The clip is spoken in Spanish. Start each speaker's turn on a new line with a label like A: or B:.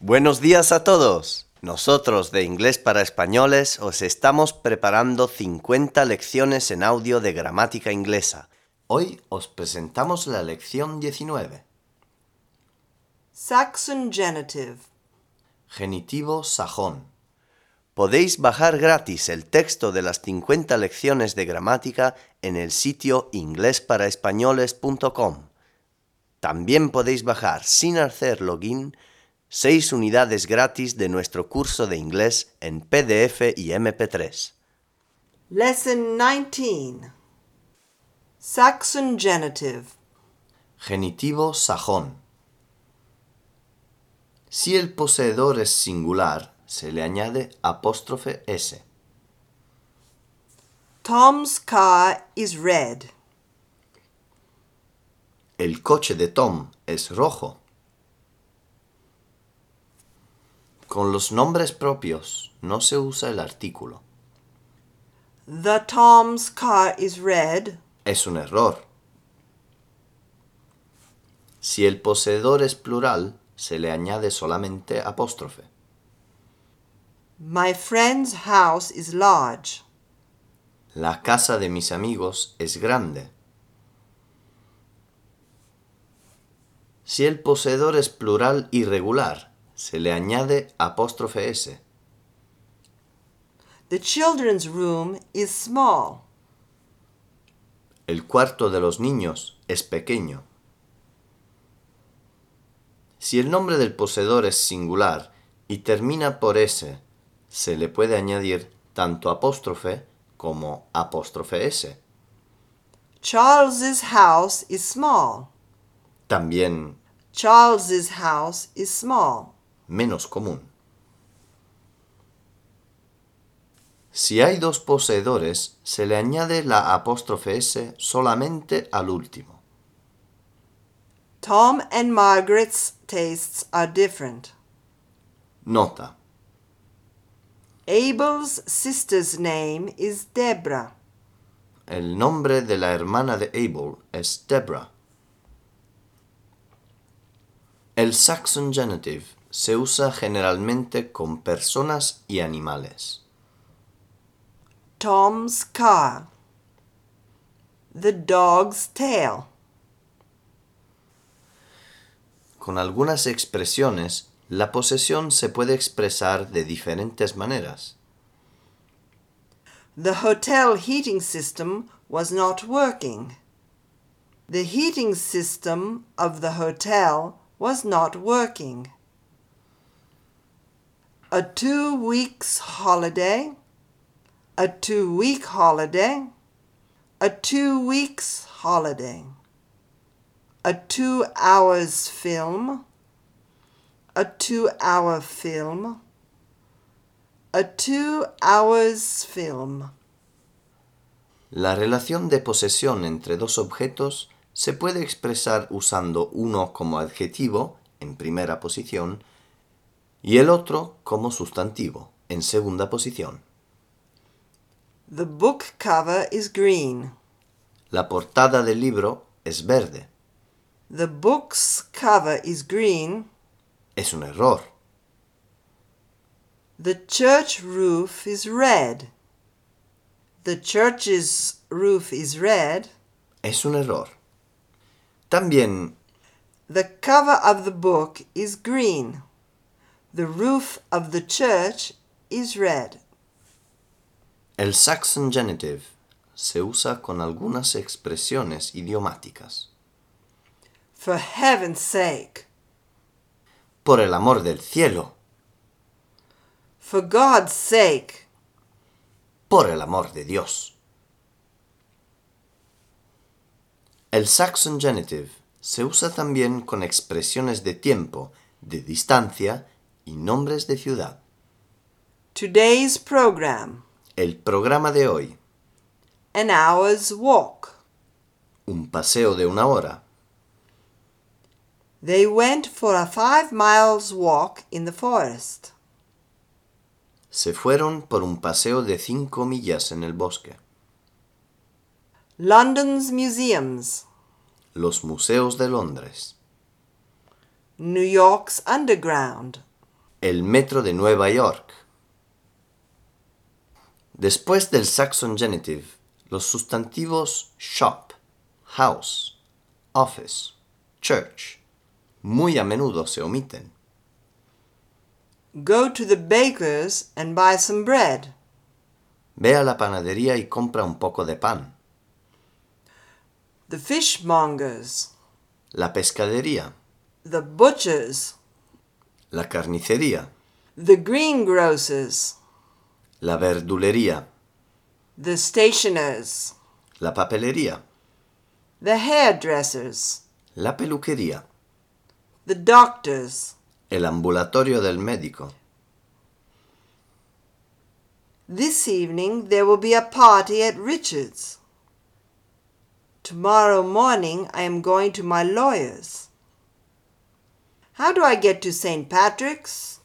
A: Buenos días a todos. Nosotros de Inglés para Españoles os estamos preparando 50 lecciones en audio de gramática inglesa. Hoy os presentamos la lección 19.
B: Saxon genitive.
A: Genitivo sajón. Podéis bajar gratis el texto de las 50 lecciones de gramática en el sitio inglesparaespañoles.com. También podéis bajar sin hacer login 6 unidades gratis de nuestro curso de inglés en PDF y MP3.
B: Lesson 19. Saxon genitive.
A: Genitivo sajón. Si el poseedor es singular, se le añade apóstrofe S.
B: Tom's car is red.
A: El coche de Tom es rojo. Con los nombres propios no se usa el artículo.
B: The Tom's car is red.
A: Es un error. Si el poseedor es plural, se le añade solamente apóstrofe.
B: My friend's house is large.
A: La casa de mis amigos es grande. Si el poseedor es plural irregular, se le añade apóstrofe S.
B: The children's room is small.
A: El cuarto de los niños es pequeño. Si el nombre del poseedor es singular y termina por S, se le puede añadir tanto apóstrofe como apóstrofe S.
B: Charles's house is small.
A: También
B: Charles's house is small.
A: menos común. Si hay dos poseedores, se le añade la apóstrofe S solamente al último.
B: Tom and Margaret's tastes are different.
A: Nota.
B: Abel's sister's name is Deborah.
A: El nombre de la hermana de Abel es Deborah. El Saxon genitive se usa generalmente con personas y animales.
B: Tom's car. The dog's tail.
A: Con algunas expresiones, la posesión se puede expresar de diferentes maneras.
B: The hotel heating system was not working. The heating system of the hotel was not working. A two weeks holiday. A two week holiday. A two weeks holiday. A two hours film. A two hour film. A two hours film.
A: La relación de posesión entre dos objetos se puede expresar usando uno como adjetivo, en primera posición, y el otro como sustantivo, en segunda posición.
B: The book cover is green.
A: La portada del libro es verde.
B: The book's cover is green.
A: Es un error.
B: The church roof is red. The church's roof is red.
A: Es un error. También
B: The cover of the book is green. The roof of the church is red.
A: el Saxon genitive se usa con algunas expresiones idiomáticas.
B: For heaven's sake.
A: Por el amor del cielo,
B: For God's sake.
A: por el amor de Dios. El Saxon genitive se usa también con expresiones de tiempo, de distancia y nombres de ciudad.
B: Today's program.
A: El programa de hoy,
B: An hour's walk.
A: un paseo de una hora,
B: They went for a five miles walk in the forest.
A: se fueron por un paseo de cinco millas en el bosque.
B: London's museums.
A: Los museos de Londres,
B: New York's underground.
A: el metro de Nueva York. Después del Saxon genitive, los sustantivos shop, house, office, church muy a menudo se omiten.
B: Go to the baker's and buy some bread.
A: Ve a la panadería y compra un poco de pan.
B: The fishmonger's.
A: La pescadería,
B: The butcher's.
A: la carnicería,
B: The greengrocer's.
A: la verdulería,
B: The stationer's.
A: la papelería,
B: The hairdresser's.
A: la peluquería,
B: The doctor's.
A: el ambulatorio del médico.
B: This evening there will be a party at Richard's. Tomorrow morning I am going to my lawyer's. How do I get to St. Patrick's?